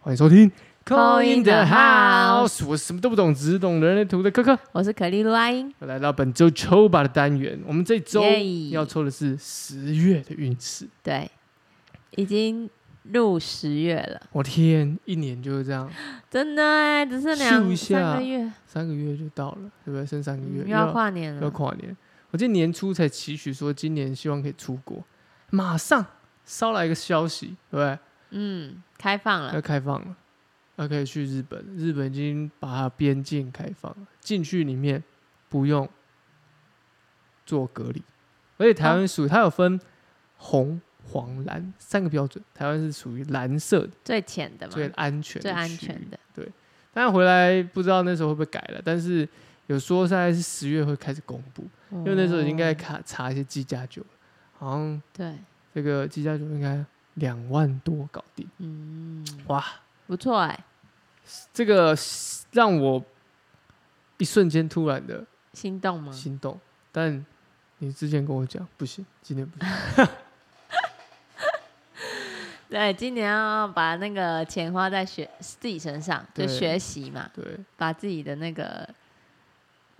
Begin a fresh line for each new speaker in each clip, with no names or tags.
欢迎收听《
Call in the House
我什么都不懂，只懂人类图的科科。
我是可丽露阿英，
又来到本周抽吧的单元，我们这周
Yay
要抽的是十月的运势。
对，已经入十月了，
我天，一年就是这样，
真的哎，只剩
咻一
两
下
三个月，
三个月就到了，对不对？剩三个月
嗯又要跨年
要
了，
跨年。我记得年初才期许说，今年希望可以出国，马上捎来一个消息，对不对？
嗯，开放了
要，开放了，要可以去日本。日本已经把它边境开放了，进去里面不用做隔离，而且台湾
啊
属于它有分红、黄、蓝三个标准，台湾是属于蓝色的，
最浅的嘛，
最安全的
最安
区域
全的。
当然回来不知道那时候会不会改了，但是有说大概是十月会开始公布，因为那时候应该
哦
卡查一些计价酒了，好像
对，
这个计价酒应该两万多搞定，
嗯，
哇！
不错哎，
这个让我一瞬间突然的
心动吗？
心动，但你之前跟我讲不行，今天不 行，
对，今年要把那个钱花在学自己身上，
对
就学习嘛，
对
把自己的那个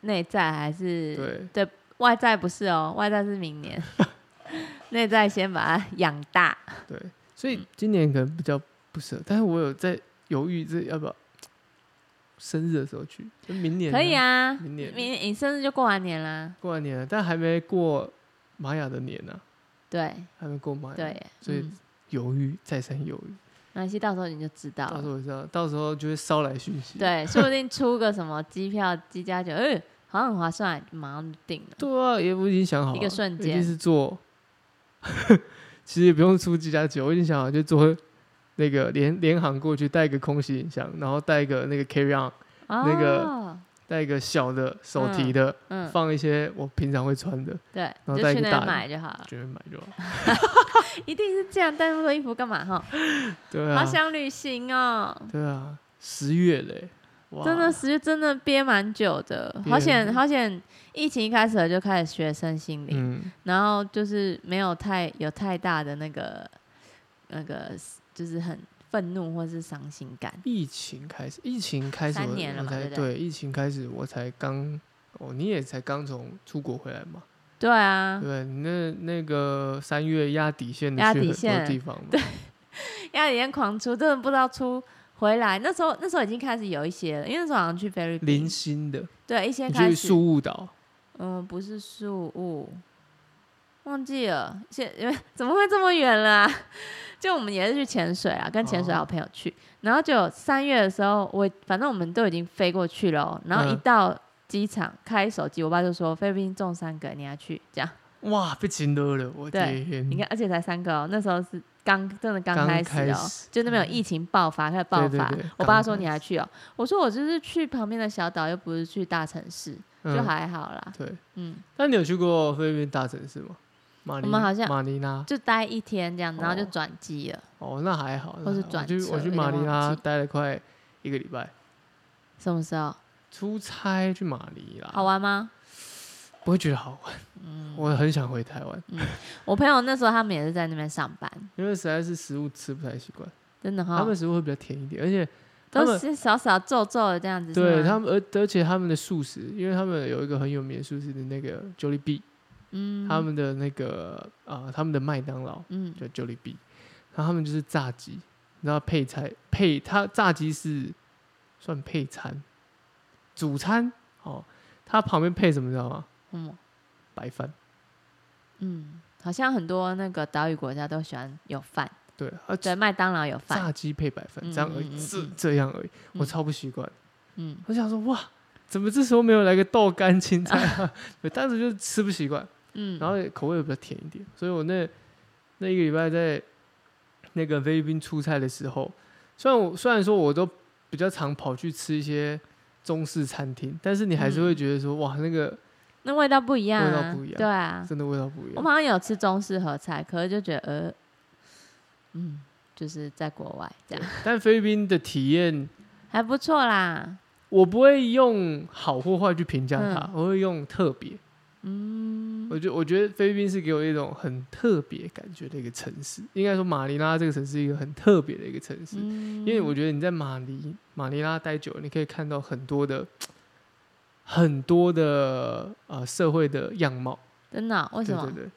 内在还是
对，
外在不是哦，外在是明年， 内在先把它养大。
对，所
嗯
以今年可能比较不适合，但是我有在犹豫这要不要生日的时候去，就明年
可以，啊，
明年
明你生日就过完年啦。
过完年了，但还没过玛雅的年呢、
对
还没过玛雅，
对，耶，
哎所以
嗯
犹豫再三犹豫，
那些到时候你就知道
到时
了。
候我知道，到时候就会捎来讯息，
对，说不定出个什么机票、机加酒，嗯，好像很划算，马上就定了。
对啊，也我已经想好了，
一个瞬
一定
间
是做。 其实也不用出几家酒，我已经想好，就做那个联联航过去，带一个空袭影像，然后带一个那个 carry on，那个
哦，
带一个小的手提的，
嗯，啊
放一些我平常会穿的，
对，
后
你
带
就
一个
去那
大的
里买就好了。
绝对买就 好。
一定是这样，带那么多衣服干嘛哈？
对
好
啊，
想旅行哦。
对啊，十月嘞，哇，
真的十月真的憋蛮久的，
憋
好
很
险
久
好险！疫情一开始就开始学身心灵，
嗯，
然后就是没有太有太大的那个那个，就是很愤怒或是伤心感。
疫情开始，疫情开始我，
三年了
我
嘛
才
对不对
疫情开始，我才刚，哦，你也才刚从出国回来嘛，
对啊，
对，那那个三月压底线的
压
去
底
很多
线
地方嘛，对
压力天狂出，真的不知道出回来。那时候那时候已经开始有一些了，因为那时候好像去菲律
零
宾，
星的，
对一些
你
开
去
始，
宿务岛，
嗯，不是树屋，忘记了，现因为怎么会这么远啦、 就我们也是去潜水啊，跟潜水
哦
好朋友去，然后就三月的时候，我反正我们都已经飞过去了哦、然后一
嗯
到机场开手机，我爸就说菲律宾中三个，你要去这样，
哇，被擒得了，我
对
天，
你看，而且才三个哦，那时候是刚真的刚
刚
开
开
始哦
始，嗯
就那边有疫情爆发，开始爆
对
发
对，
我爸
刚
说
开
你还去哦，我说我就是去旁边的小岛，又不是去大城市，就
嗯
还好啦，
对。
嗯。
那你有去过菲律宾大城市吗？马尼
我们好像
马尼拉
就待一天这样，然后就
哦
转机了。
哦，那还好。那
或是
还好
转
我去
车
我去
有点
马尼拉
忘记
待了快一个礼拜，
什么时候？
出差去马尼拉，
好玩嗯吗？
不会觉得好玩。我很想回台湾，
嗯我朋友那时候他们也是在那边上班，
因为实在是食物吃不太习惯，
真的
他
哈
们，食物会比较甜一点，而且他
都
们
是少少皱皱的这样子。
对
是吗
他，们，而而且他们的素食，因为他们有一个很有名的素食的那个 Jollibee，、
嗯
他们的那个啊、呃他们的麦当劳
嗯
叫 Jollibee，然后他们就是炸鸡，然后配菜配它炸鸡是算配餐，主餐哦，它旁边配什么你知道吗？
嗯
白饭，
嗯，好像很多那个岛屿国家都喜欢有饭，
对，啊
对，麦当劳有饭，
炸鸡配白饭
嗯
这样而
嗯
已，
嗯
是
嗯
这样而已，我
嗯
超不习惯。
嗯，
我想说哇，怎么这时候没有来个豆干青菜、啊？ 对当时就是吃不习惯。
嗯，
然后口味比较甜一点，所以我那那一个礼拜在那个菲律宾出差的时候，虽然我虽然说我都比较常跑去吃一些中式餐厅，但是你还是
嗯
会觉得说、哇，那个
那味道不一样
味道
啊
不一样
对啊，
真的味道不一
我
样。
们好像有吃中式合菜，可是就觉得呃，嗯，就是在国外这样
但菲律宾的体验，
还不错啦，
我不会用好或坏去评价它，我会用特别。
嗯，
我觉我觉得菲律宾是给我一种很特别感觉的一个城市，应该说马尼拉这个城市是一个很特别的一个城市，因
嗯，
为我觉得你在马尼马尼拉待久了，你可以看到很多的很多的呃社会的样貌，
真的啊、为什
对
么？
对对，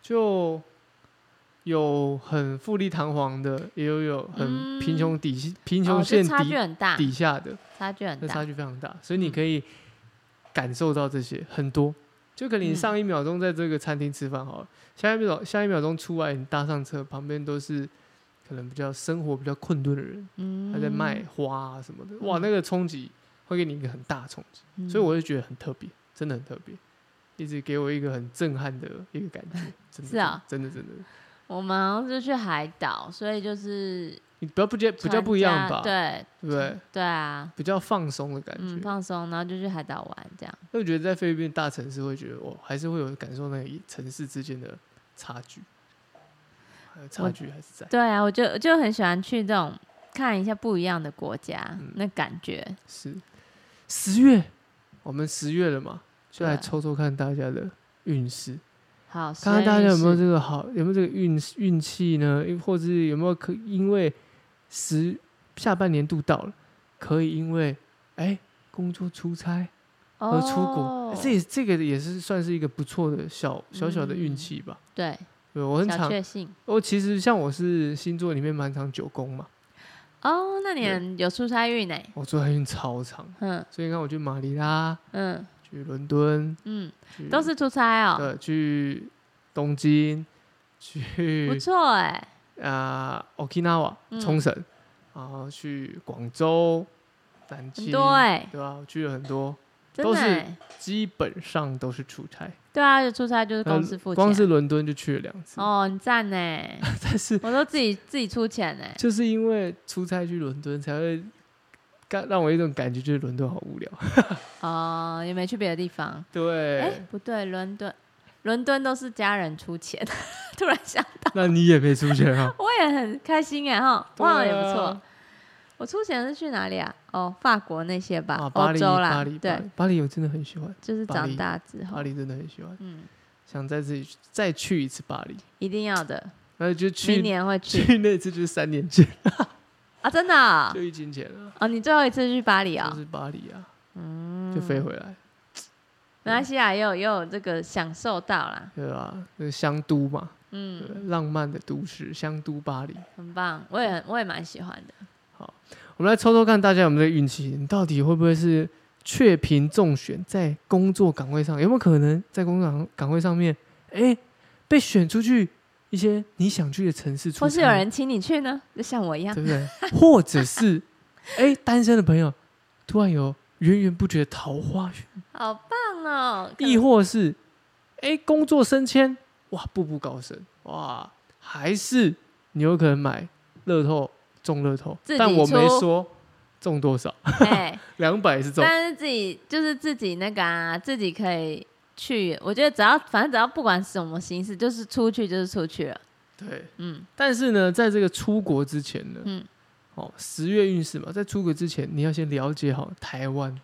就有很富丽堂皇的，也有有很贫穷底下贫
嗯哦
穷
就
线
差距
底、
很大，
底下的，
差距很
那差
大，嗯
距非常大，所以你可以感受到这些很多。就可能你
嗯
上一秒钟在这个餐厅吃饭好了，下一秒下一秒钟出来，你搭上车，旁边都是可能比较生活比较困顿的人，
嗯，
他在卖花啊什么的，哇，
嗯
那个冲击会给你一个很大的冲击，
嗯，
所以我就觉得很特别，真的很特别，一直给我一个很震撼的一个感 觉，真的
是啊
真的真的，真的
我们好像是去海岛，所以就是
你比较不接比较不一样吧，
参加
对
对
不对？
对啊，
比较放松的感
嗯，
觉，
放松，然后就去海岛玩这样。
那我觉得在菲律宾大城市会觉得，哦，还是会有感受那个城市之间的差距，还有差
我
距还是在，
对啊，我就就很喜欢去这种看一下不一样的国家，
嗯
那感觉
是十月，我们十月了嘛，就来
对啊
抽抽看大家的运势。
好。
看看大家有没有
所以
这个好，有没有这个运运气呢？又或者是有没有可因为十下半年度到了，可以因为哎、工作出差
是
而出国，
哦
这也这个也是算是一个不错的小小小的运气吧。
对
对我很
小
常，
确幸
我其实像我是星座里面蛮常九宫嘛，
哦。那你
对
很有出差运呢？
我出差运超长，
嗯
所以你看我去马尼拉，
嗯
去伦敦，
嗯，
去
都是出差哦，
对，去东京，去
不错哎。
啊、呃、，Okinawa
嗯
冲绳，然后去广州、南
很
京，
多哎，
对吧、我去了很多，
真
都
的
是
哎，
基本上都是出差。
对啊，有出差就是
呃
公司付钱，
光是伦敦就去了两次，
哦，很赞呢，
但是
我都自己自己出钱欸呢。
就是因为出差去伦敦才会。感让我有一种感觉，就是伦敦好无聊。
哦，也没去别的地方。
对，
哎、不对，伦敦，伦敦都是家人出钱。 突然想，
那你也没出钱 啊？
我也很开心哎哈，
对
忘了也不错。
啊
我出钱是去哪里啊？哦，法国那些吧
啊，，
欧、
巴黎，
洲啦
巴黎，，巴
对
黎，，巴黎我真的很喜欢，
就是
巴
长
黎
大之后
巴，黎真的很喜欢，
嗯，
想再自己去再去一次巴黎。
一定要的，
然后就去
明年会去
去那次就是三年前，
啊，真的啊、
就疫情前了。
哦，你最后一次去巴黎
就
啊、
是巴黎啊，
嗯
就飞回来，
马来西亚啊也有也有这个享受到啦，
对吧？那香都嘛，对
嗯，
浪漫的都市，香都巴黎。
很棒，我也很我也蛮喜欢的。
我们来抽抽看大家有没有这个运气，你到底会不会是确评中选在工作岗位上？有没有可能在工作岗岗位上面，哎，被选出去一些你想去的城市出差？
或是有人请你去呢，就像我一样，
对不对？或者是哎，单身的朋友突然有源源不绝的桃花运，
好棒哦！可能
亦或是哎、诶工作升迁，哇步步高升，哇，还是你有可能买乐透中乐透
自，己
但我没
出
说中多少，
哎，
两百是中，
但是自己就是自己那个啊，自己可以去。我觉得只要反正只要不管什么形式，就是出去就是出去了。
对。
嗯，
但是呢，在这个出国之前呢，
嗯
哦，十月运势嘛，在出国之前，你要先了解好台湾。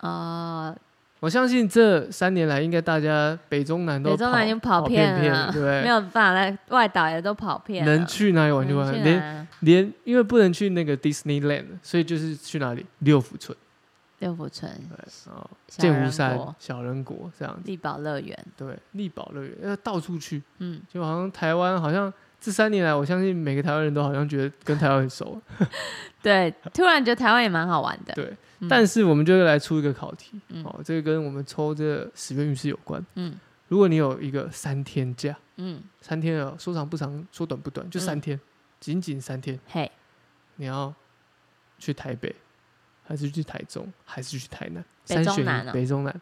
哦、
我相信这三年来，应该大家北中南都
北中南已经跑
遍
遍了
了，对不对
没有办法来外岛也都跑遍了，
哎能去哪里玩就玩，
能去
连
哪啊
连因为不能去那个 Disneyland，所以就是去哪里六福村。
六福村、
对啊，
小
剑湖
人
山
国、
小人国这样子，
力宝乐园，
对，力宝乐园要到处去，
嗯，
就好像台湾好像这三年来，我相信每个台湾人都好像觉得跟台湾很熟，
对，突然觉得台湾也蛮好玩的。
对。
嗯
但是我们就来出一个考题，
嗯
哦，这个跟我们抽这个十元运势有关。
嗯
如果你有一个三天假，
嗯，
三天啊，说长不长，说短不短，就三天，仅仅三天，
嘿，
你要去台北，还是去台中，还是去台南？
北
三
中
选一
南哦
北中南，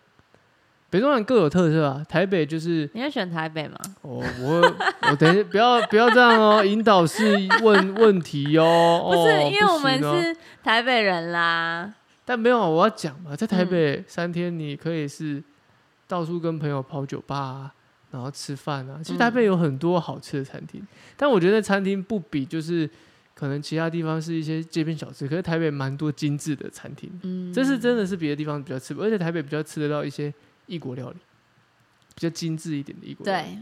北中南各有特色啊。台北就是
你会选台北吗？
哦，我我等一下，不要不要这样哦，引导式问问题哦。
不是，
哦
因为我们
不行哦
是台北人啦。
但没有，啊我要讲嘛，在台北三天，你可以是到处跟朋友跑酒吧、啊，然后吃饭啊。其实台北有很多好吃的餐厅，但我觉得餐厅不比就是可能其他地方是一些街边小吃，可是台北蛮多精致的餐厅，
嗯，
这是真的是别的地方比较吃不，而且台北比较吃得到一些异国料理。比较精致一点的异国料理，
对，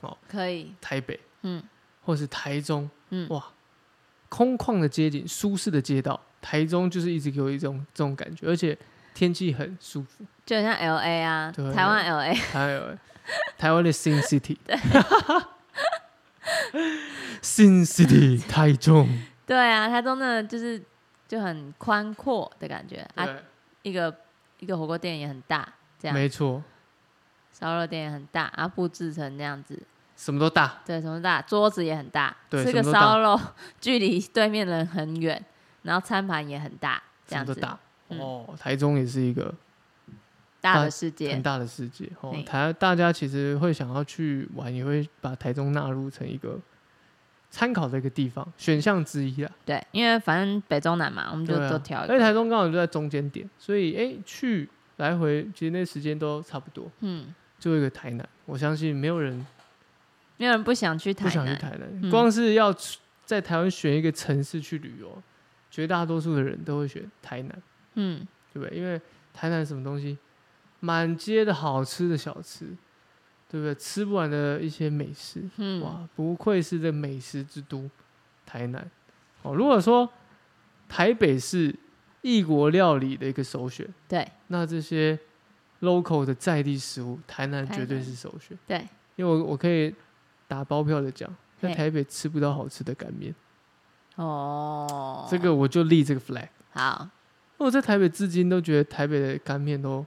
好，
可以，
台北
嗯
或是台中，
嗯
哇，空旷的街景，舒适的街道，台中就是一直给我一种这种感觉，而且天气很舒 服，
就很像 L A 啊，
对
台湾 L A，
还有台湾的 Sin City，Sin City 台中，
对啊，台中呢就是就很宽阔的感觉啊，
对，
一个一个火锅店也很大，这样
没错，
烧肉店也很大啊，布置成那样子，
什么都大，
对，什么大，桌子也很大，
对
吃个
什么都大
烧肉 距离对面人很远，然后餐盘也很大，这
什么
样
都
子
大。
嗯
哦，台中也是一个
大的世界
很，大的世界哦
嘿。
台大家其实会想要去玩，也会把台中纳入成一个参考的一个地方选项之一啦。
对，因为反正北中南嘛，我们就
对啊
都挑一
而且
个，
台中刚好就在中间点，所以哎、去来回其实那时间都差不多。
嗯，
最后一个台南，我相信没有人
没有人不想去
不
台
想去
南，
台南，
嗯
光是要出在台湾选一个城市去旅游，绝大多数的人都会选台南，
嗯，
对不对？因为台南什么东西，满街的好吃的小吃，对不对？吃不完的一些美食，
嗯
哇，不愧是这美食之都，台南。哦，如果说台北是异国料理的一个首选，
对
那这些 local 的在地食物，台南绝对是首选。
对，
因为我我可以打包票的讲，在
嘿
台北吃不到好吃的干面，
哦，
这个我就立这个 flag。
好，
我在台北至今都觉得台北的干面都，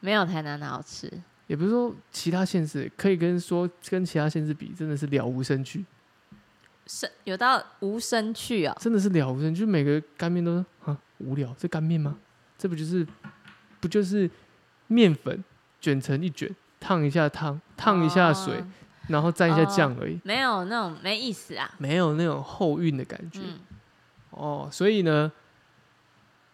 没有台南的好吃，
也不是说其他县市可以跟说跟其他县市比，真的是了无生趣，
生有到无生趣哦，
真的是了无生趣。就每个干面都啊无聊，这干面吗？这不就是不就是面粉卷成一卷，烫一下汤，烫一下水，
哦
然后蘸一下
哦
酱而已。
没有那种没意思啊。
没有那种后韵的感觉、
嗯，
哦，所以呢，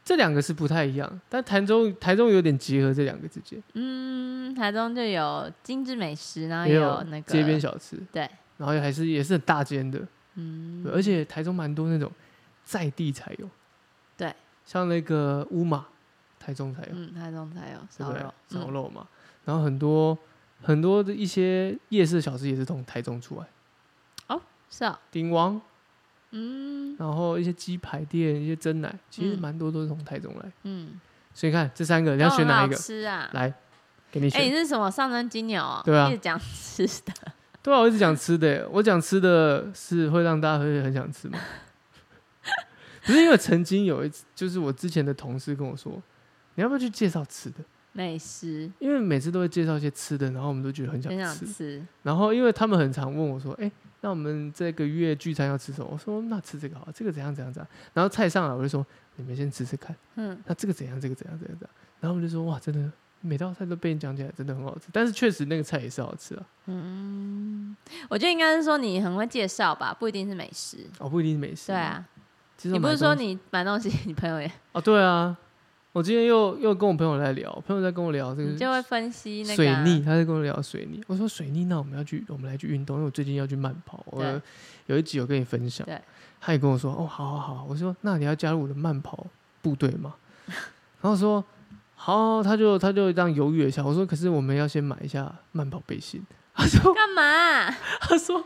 这两个是不太一样，但台中台中有点结合这两个之间，
嗯，台中就有精致美食，然后
也
有那个
街边小吃，
对，
然后还是也是很大间的，
嗯
对，而且台中蛮多那种在地才有，
对，
像那个乌马，台中才有，
嗯，台中才有
对
烧
不对
肉，？
烧
嗯
肉嘛，然后很多很多的一些夜市小吃也是从台中出来，
是哦，
鼎王，
嗯
然后一些鸡排店、一些蒸奶，其实
嗯
蛮多都是从台中来。
嗯，
所以你看这三个，你要
都很
选哪一个
好？吃啊？
来，给你选。
哎，你是什么上升金牛哦？
对啊
一直讲吃的，
对啊，我一直讲吃的耶，我讲吃的是会让大家会很想吃吗？ 不是因为曾经有一次，就是我之前的同事跟我说，你要不要去介绍吃的？
美食
因为每次都会介绍一些吃的，然后我们都觉得很想
很想
吃。
吃，
然后因为他们很常问我说，哎、那我们这个月聚餐要吃什么？我说那吃这个好了，这个怎样怎样怎样。然后菜上来我就说，你们先吃吃看，
嗯，
那这个怎样，这个怎样怎样怎样。然后我们就说，哇，真的每道菜都被你讲起来，真的很好吃。但是确实那个菜也是好吃啊，
嗯我觉得应该是说你很会介绍吧，不一定是美食。
哦，不一定是美食。
对，啊，
其实
你
我
不
买
是说
东西
你买东西，你朋友也
啊，对啊，我今天又又跟我朋友在聊，朋友在跟我聊这
你就会
个
分析那个
水
啊
逆，，他在跟我聊水逆。我说水逆，那我们要去，我们来去运动，因为我最近要去慢跑。我
对
有一集有跟你分享
对，
他也跟我说，哦，好好好，我说那你要加入我的慢跑部队吗？然后说好，啊他就他就这样犹豫了一下。我说可是我们要先买一下慢跑背心。他说
干嘛啊？
他说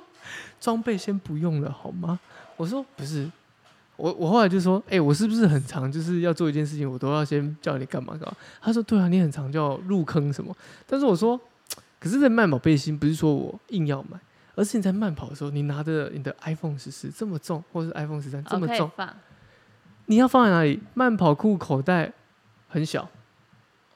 装备先不用了好吗？我说不是，我我后来就说，哎、我是不是很常就是要做一件事情，我都要先叫你干嘛干嘛？他说对啊，你很常叫我入坑什么？但是我说，可是，在慢跑背心不是说我硬要买，而是你在慢跑的时候，你拿着你的 iPhone 十四这么重，或者是 iPhone 十三这
哦
么
可以
重，
放，
你要放在哪里？慢跑裤口袋很小，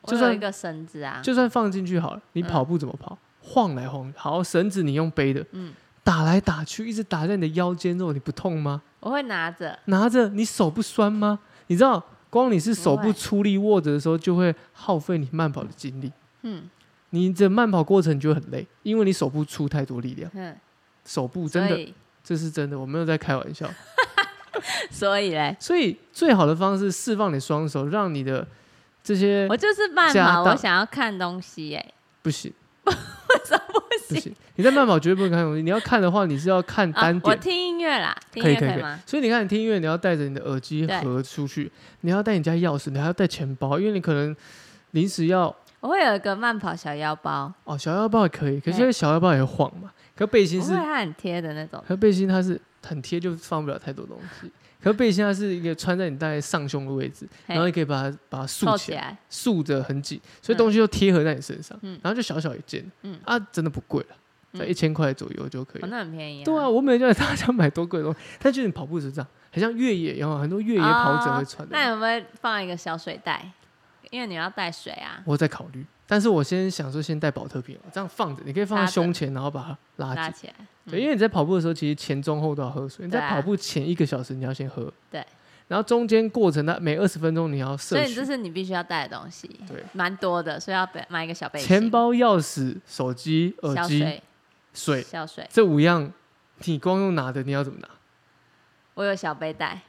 我
就
有
算
一个绳子啊，嗯
就算放进去好了，你跑步怎么跑？晃来晃，好，绳子你用背的，
嗯
打来打去，一直打在你的腰间肉，你不痛吗？
我会拿着，
拿着你手不酸吗？你知道，光你是手
不
部
会
出力握着的时候，就会耗费你慢跑的精力。
嗯
你这慢跑过程就会很累，因为你手部出太多力量，
嗯，
手部
所
哦真的，
以
这是真的，我没有在开玩笑。
所以嘞，
所以最好的方式释放你双手，让你的这些
我就是慢
加
跑，
大
我想要看东西哎，
不行
什么
不行，你在慢跑绝对不能看东西，你要看的话，你是要看
啊
单，
我
点。
听音乐啦，听
可
音
以可
乐
以可以
吗？
所以你看，你听音乐，你要带着你的耳机
对
盒出去，你还要带你家钥匙，你还要带钱包，因为你可能临时要
我会有一个慢跑小腰包，
哦，小腰包也可以，可是
对
小腰包也会晃嘛。可背心
不
是
会，它很贴的那种。
可背心它是很贴，就放不了太多东西。可背心它是一个穿在你大概上胸的位置，
嘿
然后你可以把它把它
扣
束起
起
来，
来，
束着很紧，所以
嗯
东西都贴合在你身上，
嗯
然后就小小一件，
嗯
啊，真的不贵了，在
嗯
一千块左右就可以
哦，
了。
那很便宜、啊。
对啊，我每天叫大家买多贵的东西，但就是你跑步是这样，很像越野一样，很多越野跑者会穿
哦
的。
那有没有放一个小水袋？因为你要带水啊，
我在考虑，但是我先想说先带保特瓶哦，这样放着，你可以放在
拉着
胸前，然后把它拉紧
拉。起来。
对，
嗯
因为你在跑步的时候，其实前中后都要喝水。你
对
在
啊
跑步前一个小时，你要先喝。
对。
然后中间过程的每二十分钟，你要摄
所以
取
这是你必须要带的东西，
对，
蛮多的，所以要背买一个小背心、
钱包、钥匙、手机、耳
小
机、水
水、小水。
这五样，你光用拿的，你要怎么拿？
我有小背带，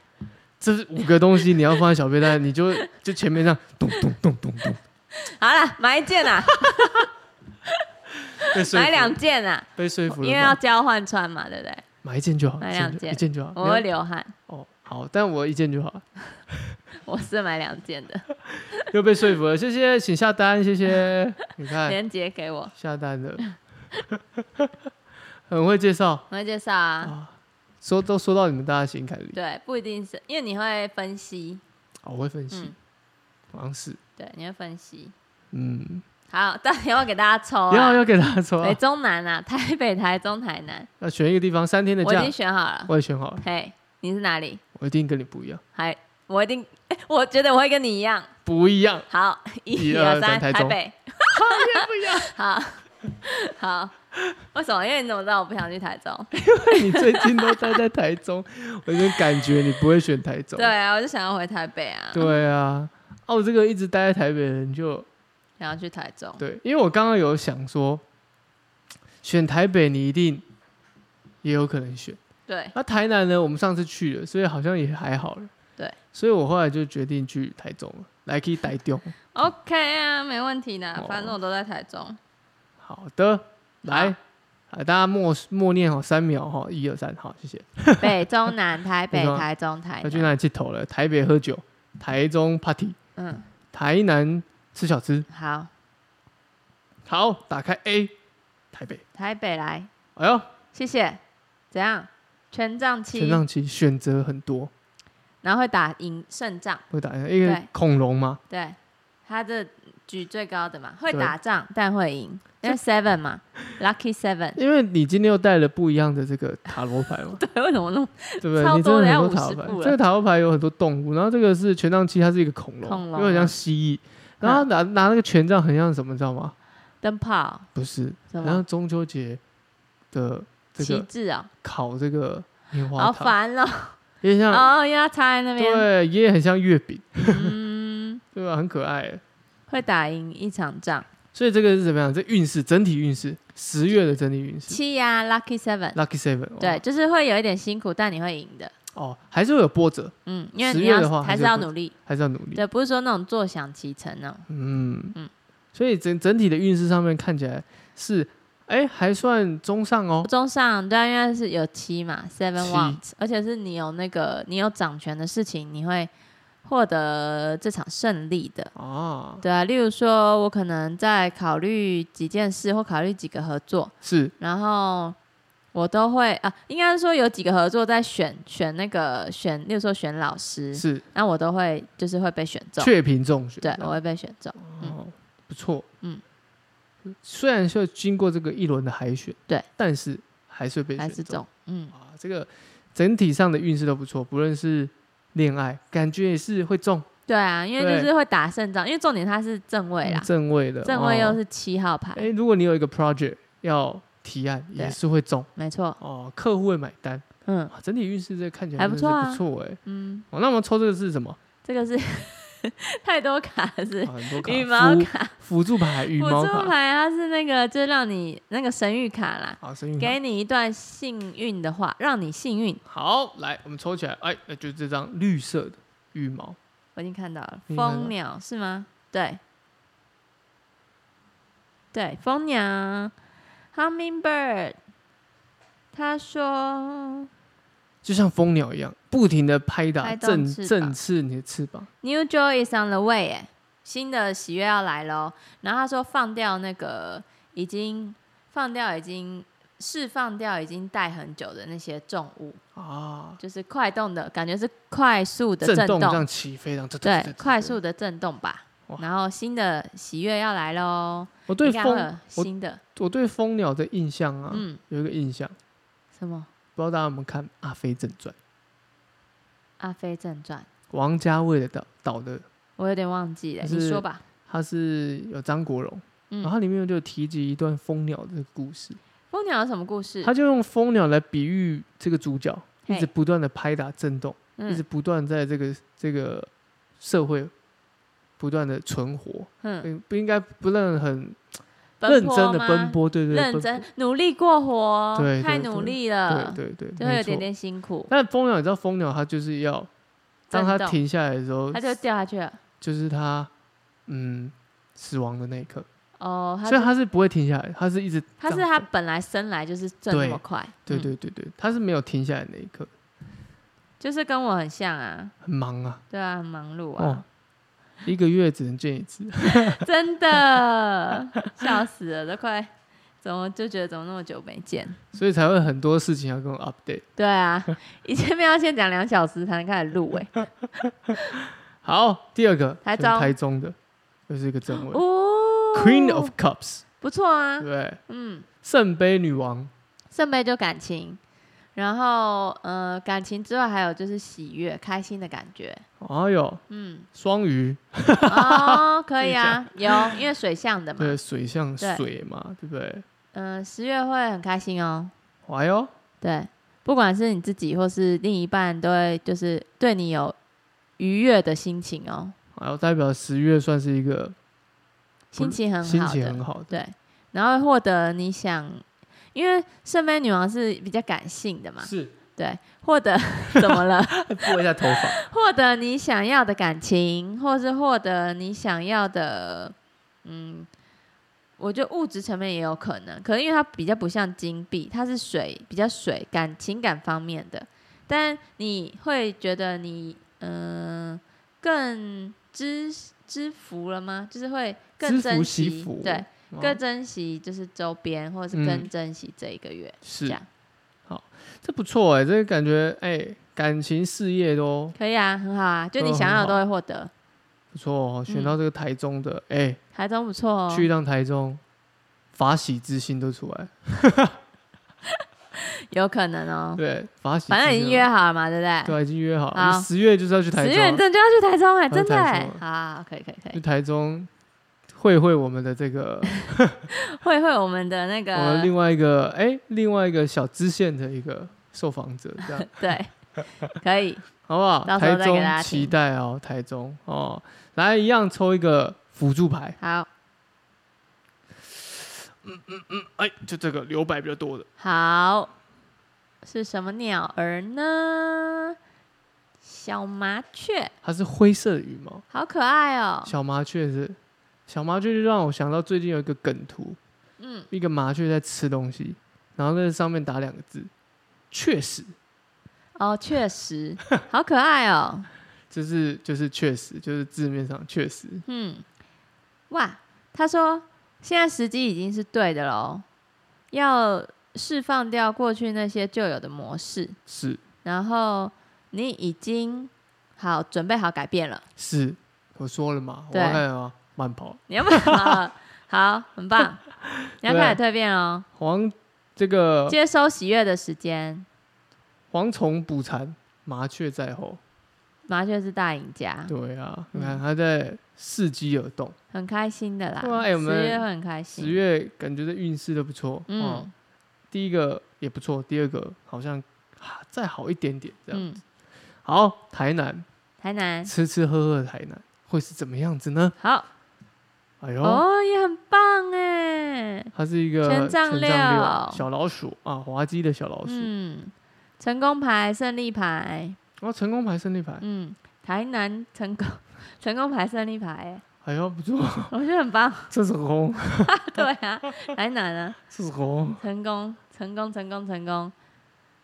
这是五个东西，你要放在小背带，你就 就前面这样咚咚咚咚咚，
好了，买一件 啊，
被说
买两
服，
件啊，
被说服了
因为要
吧，
交换穿嘛，对不对？
买一件就好，
买
一
两
件就一
件
件就好。
我会流汗，
哦，好，但我一件就好，
我是买两件的，
又被说服了，谢谢，请下单，谢 谢。你看
链接给我，
下单的， 很会介绍。
我会介绍啊。
啊，说都说到你们大家心坎里，
对，不一定是因为你会分析，
啊，我会分析
嗯，
好像是，
对，你会分析。
嗯，
好，到底要不要给大家抽、啊？
要要给大家说啊
北，中南啊， 台北、台中、台南，
要选一个地方三天的
我已
假
经，选好了。
我也选好了，
嘿，你是哪里？
我一定跟你不一样，
还我一定， 哎我觉得我会跟你一样。
不一样，
好，一
一二
三，
三台中
北。 好， 不好，好，为什么？因为你怎么知道我不想去台中？
你最近都待在台 中，我有点感觉你不会选台中
对，啊，我就想要回台北啊，
对啊，啊，我这个一直待在台北的人就
想要去台中。
对，因为我刚刚有想说，选台北你一定也有可能选。
对，
那台南呢，我们上次去了，所以好像也还好了。
对，
所以我后来就决定去台中了，来去台中。
OK 啊，没问题的
哦，
反正我都在台 中。
好的，来，啊，大家默默念好三秒哈，一二三，好，谢谢。
北中 南，台北
没错，啊
台中，台
要去
南。
哪里接头了？台北喝酒，台中 party，
嗯，
台南吃小吃。
好，
好，打开 A，台北。
台北来，
哎呦，
谢谢。怎样？权杖
前
七，
上期选择很多，
然后会打赢胜仗。
会打一个
对
恐龙嘛，
对，他这举最高的嘛，会
对
打仗但会赢，因为 seven 嘛，lucky seven。
因为你今天又带了不一样的这个塔罗牌嘛，
对，为什么弄
对不对？
超
你真
多
的
的
很
要
多塔罗
50
牌
步，了
这个塔罗牌有很多动物，然后这个是权杖七，它是一个恐龙，
恐龙
有点像
啊
蜥蜴，然后它拿拿那个权杖很像什么，你知道吗？
灯泡？
不是，
什
好
么
像中秋节的这
旗
个
帜哦，
烤这个棉花
好
糖，
烦哦！
有点像，
哦，因为他插在 那边，
对，也很像月饼，
嗯，
对吧？很可爱耶。
会打赢一场 仗。
所以这个是怎么样？这运势整体运势，十月的整体运势
七呀，lucky seven。
，Lucky Seven，哦
对，就是会有一点辛苦，但你会赢的。
哦，还是会有波折，
嗯，因为
十
你
月的话
要
还
还
是嗯
是要
不
努力。
还是要努力。
对，不是说那种坐享其成那种。
嗯
嗯
所以整整体的运势上面看起来是，哎，还算中上哦。
中上对啊，因为是有七嘛，seven
七
wands，而且是你有那个你有掌权的事情，你会获得这场胜利的。
啊，
对啊，例如说，我可能在考虑几件事或考虑几个合作，
是
然后我都会啊，应该是说有几个合作在选选那个选，例如说选老师，
是，
那我都会就是会被选中，
确啊评中选。
对，我会被选中。嗯
哦，不错，
嗯，
虽然说经过这个一轮的海选，
对，
但是还是被
还
选
是
中
中，嗯，
啊，这个整体上的运势都不错，不论是恋爱，感觉也是会中
对啊，因为
对
就是会打胜仗，因为重点它是正位啦，
正位的，
正位又
哦
是七号牌，
哎，如果你有一个 project 要提案，
对
也是会中
没错，
哦，客户会买单，
嗯
哇，整体运势这看起来
还
真
不
的
错
是
啊
不错哎。
嗯，
哦，那我们抽这个是什么？
这个是 太多卡了是
啊很多卡，
羽毛
辅
卡，
辅助牌、羽
辅
毛
助
卡，
牌它是那个就是让你那个神谕卡啦，
好，神韵卡。
给你一段幸运的话，让你幸运。
好，来，我们抽起来，哎，那就这张绿色的羽毛。
我已经看到了，
你看到
蜂鸟是吗？对，对，蜂鸟，hummingbird。他说
就像蜂鸟一样，不停的拍打
拍动
振
翅膀
振翅你的翅膀。
：“New joy is on the way。”哎，新的喜悦要来喽。然后他说放掉那个已经放掉已经释放掉已经带很久的那些重物，
啊，
就是快动的感觉是快速的
震
震
动这样起飞，这样
对，快。
这这这
速的震动吧
哇。
然后新的喜悦要来喽，
我对
应该会有
蜂，我
新的，
我对蜂鸟的印象啊，
嗯，
有一个印象，
什么
不知道大家有没有看《阿飞正传》，
《阿飞正传》，
王家卫的导导的，
我有点忘记了，
就
你
是
说吧。
他是有张国荣，
嗯
然后它里面就有提及一段蜂鸟的故事，
蜂鸟有什么故事？
他就用蜂鸟来比喻这个主角，
嘿
一直不断的拍打震动，一直
嗯
不断在这个这个社会不断的存活，
嗯，
嗯，不应该不能很认
奔波
真的
吗
奔，波，对对，
认
奔
真努力过活，
对
太
对
努
对
力
波
了，
对对对，
就
没
会有
错
点点辛苦，
但蜂鸟，你知道蜂鸟它就是要当它
震动
停下来的时候
它，就掉下去了。
就是它嗯死亡的那一刻，
哦，它
所以
就
它是不会停下来，它是一直
它是
这样
它
子
本来生来就是震那
对
么快，
对
嗯，
对对对，它是没有停下来的那一刻，
就是跟我很像啊，
很忙啊，
对啊，很忙碌
哦
啊，，
一个月只能见一次，
真的笑死了，都快怎么就觉得怎么那么久没见？
所以才会很多事情要跟我 update。
对啊，以前面要先讲两小时才能开始录 哎，
好，第二个
台
就是
中
台中的又是一个正位
哦
，Queen of Cups，
不错啊
对不，对，
嗯。
圣杯女王，
圣杯就感情，然后呃，感情之外还有就是喜悦、开心的感觉。
哎呦，
嗯，
双鱼，
哦，可以啊，有，因为水象的嘛。
对，水象
对
水嘛，对不对？
嗯、十月会很开心哦。
哎呦，
对，不管是你自己或是另一半，都会就是对你有愉悦的心情哦，
然后哎代表十月算是一个
心情很
心
好
情
的。
很好的，
对，然后会获得你想，因为圣杯女王是比较感性的嘛，
是
对，获得 怎么了？
拨一下头 发，
获得你想要的感情，或是获得你想要的，嗯，我觉得物质层面也有可能，可能因为它比较不像金币，它是水，比较水感情感方面的，但你会觉得你嗯、呃更知知福了吗？就是会更
知福
珍
惜
惜，
福，
对，
哦
更珍惜就是周边，或者是更
嗯
珍惜这一个月，这
是
样
好，这不错哎，这个感觉哎，感情事业都
可以啊，很好啊，就你
都
想
很
要的都
好
会获得，
不错哦，选
嗯
到这个台中的哎。
台中不错哦，
去一趟台中，法喜之心都出来。
有可能哦。
对，法喜之心
反正已经约好了嘛，对不对？
对啊，已经约好
好
了。十月就是要去台
十月你
中了，
真的就要去台中哎、
要去
真的
台
哎、
中
好好，好可以可以可
去
以，
台中会会我们的这个
会会我们的那
我们
个
另外一个哎、另外一个小支线的一个受访者，这样
对，可以
好不好？
到时候
台
再给大家
中期
听
待哦，台中哦，来一样抽一个辅助牌，
好
哎、就这个留白比较多的
好是什么鸟儿呢？小麻雀，
它是灰色的羽毛，
好可爱哦、
小麻雀是小麻雀，就让我想到最近有一个梗图，
嗯，
一个麻雀在吃东西，然后那上面打两个字，确实，
哦，确实好可爱哦、
就是就是确实，就是字面上确实，
嗯，哇，他说现在时机已经是对的喽，要释放掉过去那些旧有的模式。
是
然后你已经好准备好改变了，
是，我说了嘛，我
对
要看啊，慢跑
你要不要？ 好好，很棒，你要开始蜕变哦，
黄这个
接收喜悦的时间。
蝗虫捕蝉，麻雀在后，
麻雀是大赢家，
对啊，你
嗯
看它在伺机而动，
很开心的啦。
对啊哎我
十
们
月会很开心。
十月感觉这运势都不错，嗯、
嗯
第一个也不错，第二个好像、啊再好一点点这样。
嗯，
好，台南
台南
吃吃喝喝的台南会是怎么样子呢？
好
哎呦。
哦，也很棒哎。
它是一个
权杖
权
六
六小老鼠啊，滑稽的小老鼠。
嗯，成功牌、胜利牌，
然后哦成功牌、胜利牌，
嗯，台南成功 成功牌、胜利牌哎，
哎呦不错，
我觉得很棒。
这是红，
对啊，台南啊。
这是红，
成功，成功，成功，成功，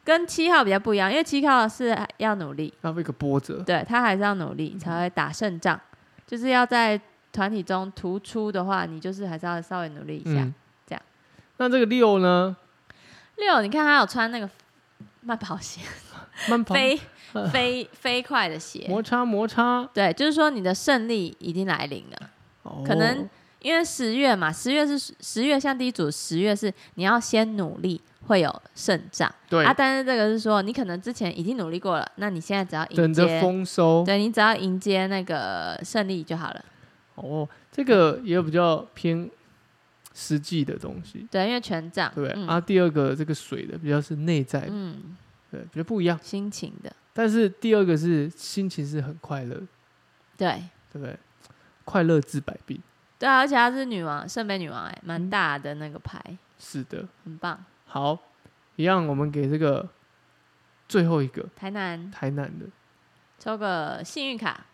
跟七号比较不一样，因为七号是要努力，
然后一个波折，
对他还是要努力才会打胜仗，就是要在团体中突出的话，你就是还是要稍微努力一下。
嗯，
这样。
那这个六呢？
六，你看他有穿那个慢跑鞋，
慢跑
飞飞飞快的鞋。
摩擦摩擦，
对，就是说你的胜利已经来临了。
哦
可能因为十月嘛，十月是十月，像第一组十月是你要先努力，会有胜仗
对
啊。，但是这个是说你可能之前已经努力过了，那你现在只要
等
迎
着
接，
丰收。
对你只要迎接那个胜利就好了。
哦，这个也有比较偏实际的东西，
对，因为权杖，
对不对？
嗯、
啊，哎第二个这个水的比较是内在的，
嗯，
对，比较不一样。
心情的，
但是第二个是心情是很快乐，
对
对不对？快乐治百病，
对啊，而且她是女王，圣杯女王、哎，蛮大的那个牌，
是的。
很棒。
好，一样，我们给这个最后一个
台南
台南的，
抽个幸运卡，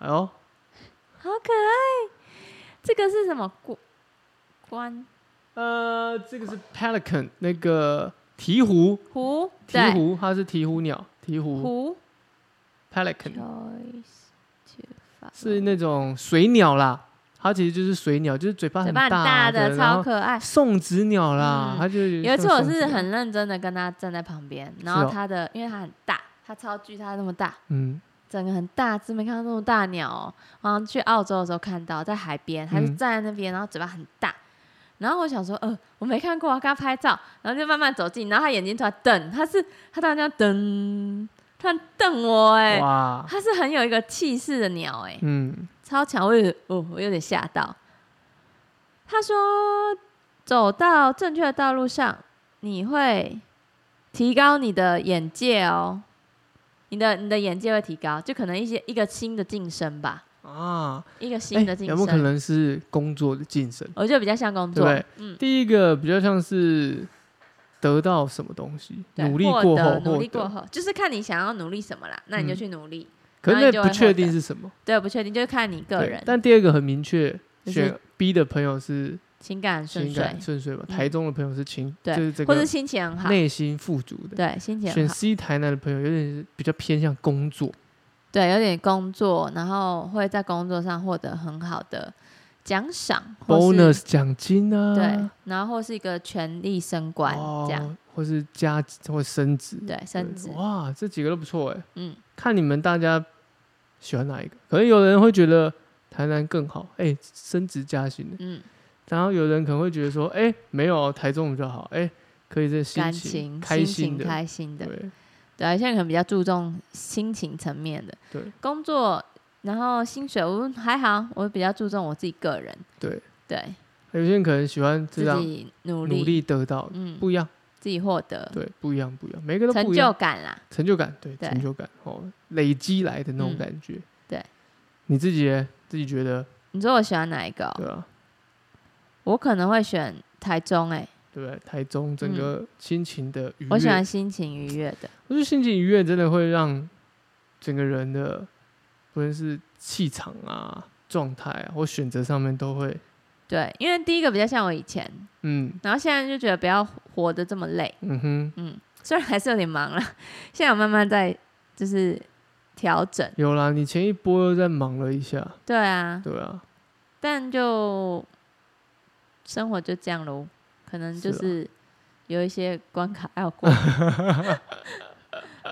哎呦，
好可爱。这个是什么关关
呃，这个是 pelican 那个鹈鹕，
湖？
鹈
对，
鹕它是鹈鹕鸟，鹈鹕
湖。
pelican
Choice to
是那种水鸟啦，它其实就是水鸟，就是嘴巴
嘴
很
巴很
大
大
的，
的，
然
超
后
可爱。
送子鸟啦，
嗯
它就是
有一次我是
像送子鸟
很认真的跟他站在旁边，然
是
后
哦
他的因为他很大，他超巨，他那么大，
嗯
整个很大只，没看到那么大鸟、哦。然后去澳洲的时候看到，在海边，他就
嗯
站在那边，然后嘴巴很大。然后我想说，呃，我没看过，我要跟他拍照。然后就慢慢走近，然后他眼睛突然瞪，他是他突然这样瞪，突然瞪我、哎，
哇
他是很有一个气势的鸟、哎，
嗯
超强，我有哦，我有点吓到。他说：“走到正确的道路上，你会提高你的眼界哦，你的你的眼界会提高，就可能一些一个新的晋升吧，
啊，
一个新的
哎
晋
有没
升。
有可能是工作的晋升？
我觉得比较像工
对
作嗯
不，对？第一个比较像是得到什么东西，
对
努力
获
过
得
后
努
获
力过
得，
后，就是看你想要努力什么啦，那你就
嗯
去努力。
可
然后
是
你就
那
会
不确
获
定
得
是什么
对，不确定，就是看你个
对
人
但第二个很明确，
就是
选 B 的朋友是
情感顺
情
遂
感，顺遂嘛，
嗯
台中的朋友是情，
对
就是这
或者
个
心情很好，
内心富足的。
对，心情很
选
好。”
C 台南的朋友有点是比较偏向工作，
对，有点工作，然后会在工作上获得很好的奖赏或是
bonus 奖金啊，
对，然后或是一个权力升官、
哦
这样，，
或是加或升职，
对，升职
对，哇，这几个都不错哎，
嗯，
看你们大家喜欢哪一个，可能有人会觉得台南更好，哎、升职加薪，
嗯，
然后有人可能会觉得说，哎、没有台中比较好，哎、可以这心
感
情
情、
开
心
心
情
的，
开心的，
对
对啊，现在可能比较注重心情层面的
对
工作，然后薪水我还好，我比较注重我自己个人，
对，
对
有些人可能喜欢这
自
样
己努力，
努力得到的，
嗯，
不一样，
自己获得
对，不一样，不一样，每个都
成
不一样
就，感啦，
成就感，对，
对
成就感哦，累积来的那种
嗯
感觉。
对，
你自己耶自己觉得
你说我喜欢哪一个哦、
对啊吧？
我可能会选台中、欸，哎。
对不对？台中整个心情的愉悦，
嗯我喜欢心情愉悦的，
我觉得心情愉悦真的会让整个人的不论是气场啊、状态啊，或选择上面都会，
对，因为第一个比较像我以前，
嗯
然后现在就觉得不要活得这么累，
嗯哼，
嗯，虽然还是有点忙啦， 现在有慢慢在就是调整，
有啦，你前一波又在忙了一下，
对啊，
对啊，
但就生活就这样喽，可能就
啊
是是有一些关卡要过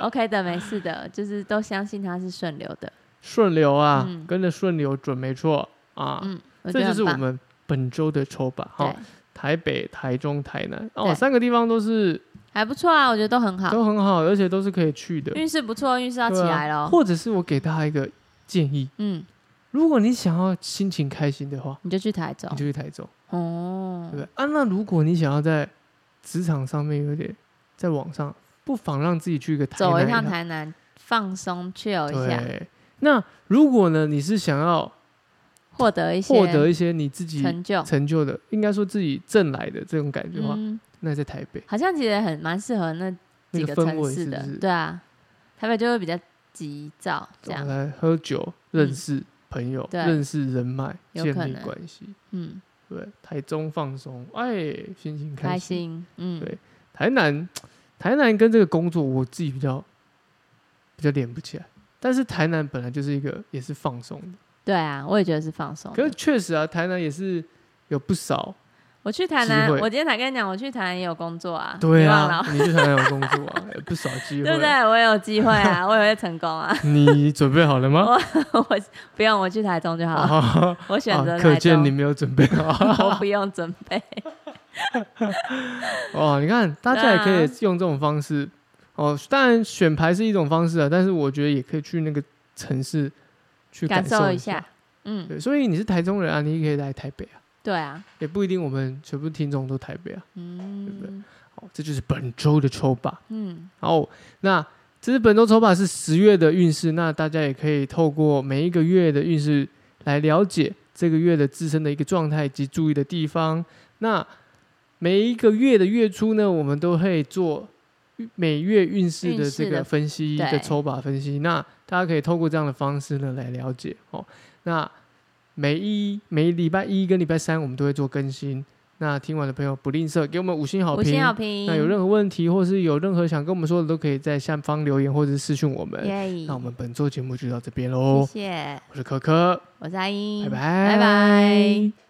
，OK 的，没事的，就是都相信它是顺流的，
顺流啊，
嗯
跟着顺流准没错啊，
嗯，我
这
觉得
就是
很
我
棒，
们本周的抽吧哈
对。，
台北、台中、台南哦，
对
三个地方都是
还不错啊，我觉得都很好，
都很好，而且都是可以去的。
运势不错，运势要起
对啊
来喽，
或者是我给大家一个建议，
嗯，
如果你想要心情开心的话，
你就去台中
你。就去台中，
哦
对不，对？啊，那如果你想要在职场上面有点在网上，不妨让自己去一个台
走
南啊
一趟台南，放松 chill 一下，
对。那如果呢，你是想要
获得一些
获得一些你自己
成就。
成就啊的，应该说自己挣来的这种感觉的话，
嗯，
那在台北
好像其实很蛮适合那
那
几
个氛
城
围
市
是不
的，
是？
对啊，台北就会比较急躁这样，
来喝酒，认
嗯
识朋友，
对
认识人脉，
有
建
可
立
能
关系。
嗯，
对，台中放松，哎，心情
开
心。
心，嗯
对，台南，台南跟这个工作我自己比较比较连不起来，但是台南本来就是一个也是放松的，
对啊，我也觉得是放松的。
可是确实啊，台南也是有不
啊
少，
我去台
机
南，
会
我今天才跟你讲，我去台南也有工作啊，
对
你忘了
啊，你去台南有工作啊，有不少机会，
对不对？我也有机会 啊，我也会成功啊。
你准备好了吗？
我不用，我去台中就 好了。
啊，
我哦选择
啊
台
可见
中，
你没有准备
我
好。
不用准备。
哦，你看，大家也可以
对
用这种方式。哦，当然选牌是一种方式啊，但是我觉得也可以去那个城市去
感
受
一
下。，
嗯，
对，所以你是台中人啊，你也可以来台北啊，
对啊，
也不一定我们全部听众都台北啊。
嗯
哦，这就是本周的抽吧。
嗯，
好，那这是本周抽法是十月的运势，那大家也可以透过每一个月的运势来了解这个月的自身的一个状态及注意的地方。那每一个月的月初呢，我们都会做每月运势
运
的
势
这
的
个分析
对
的抽法分析。那大家可以透过这样的方式呢来了解哦。那每一每礼拜一跟礼拜三我们都会做更新。那听完的朋友不吝啬给我们五星好
五
评
星，好评。
那有任何问题，或是有任何想跟我们说的，都可以在下方留言或者是私讯我们。
耶，
那我们本周节目就到这边
谢
喽，
谢，
我是可可，
我是阿英，
拜拜，
拜拜。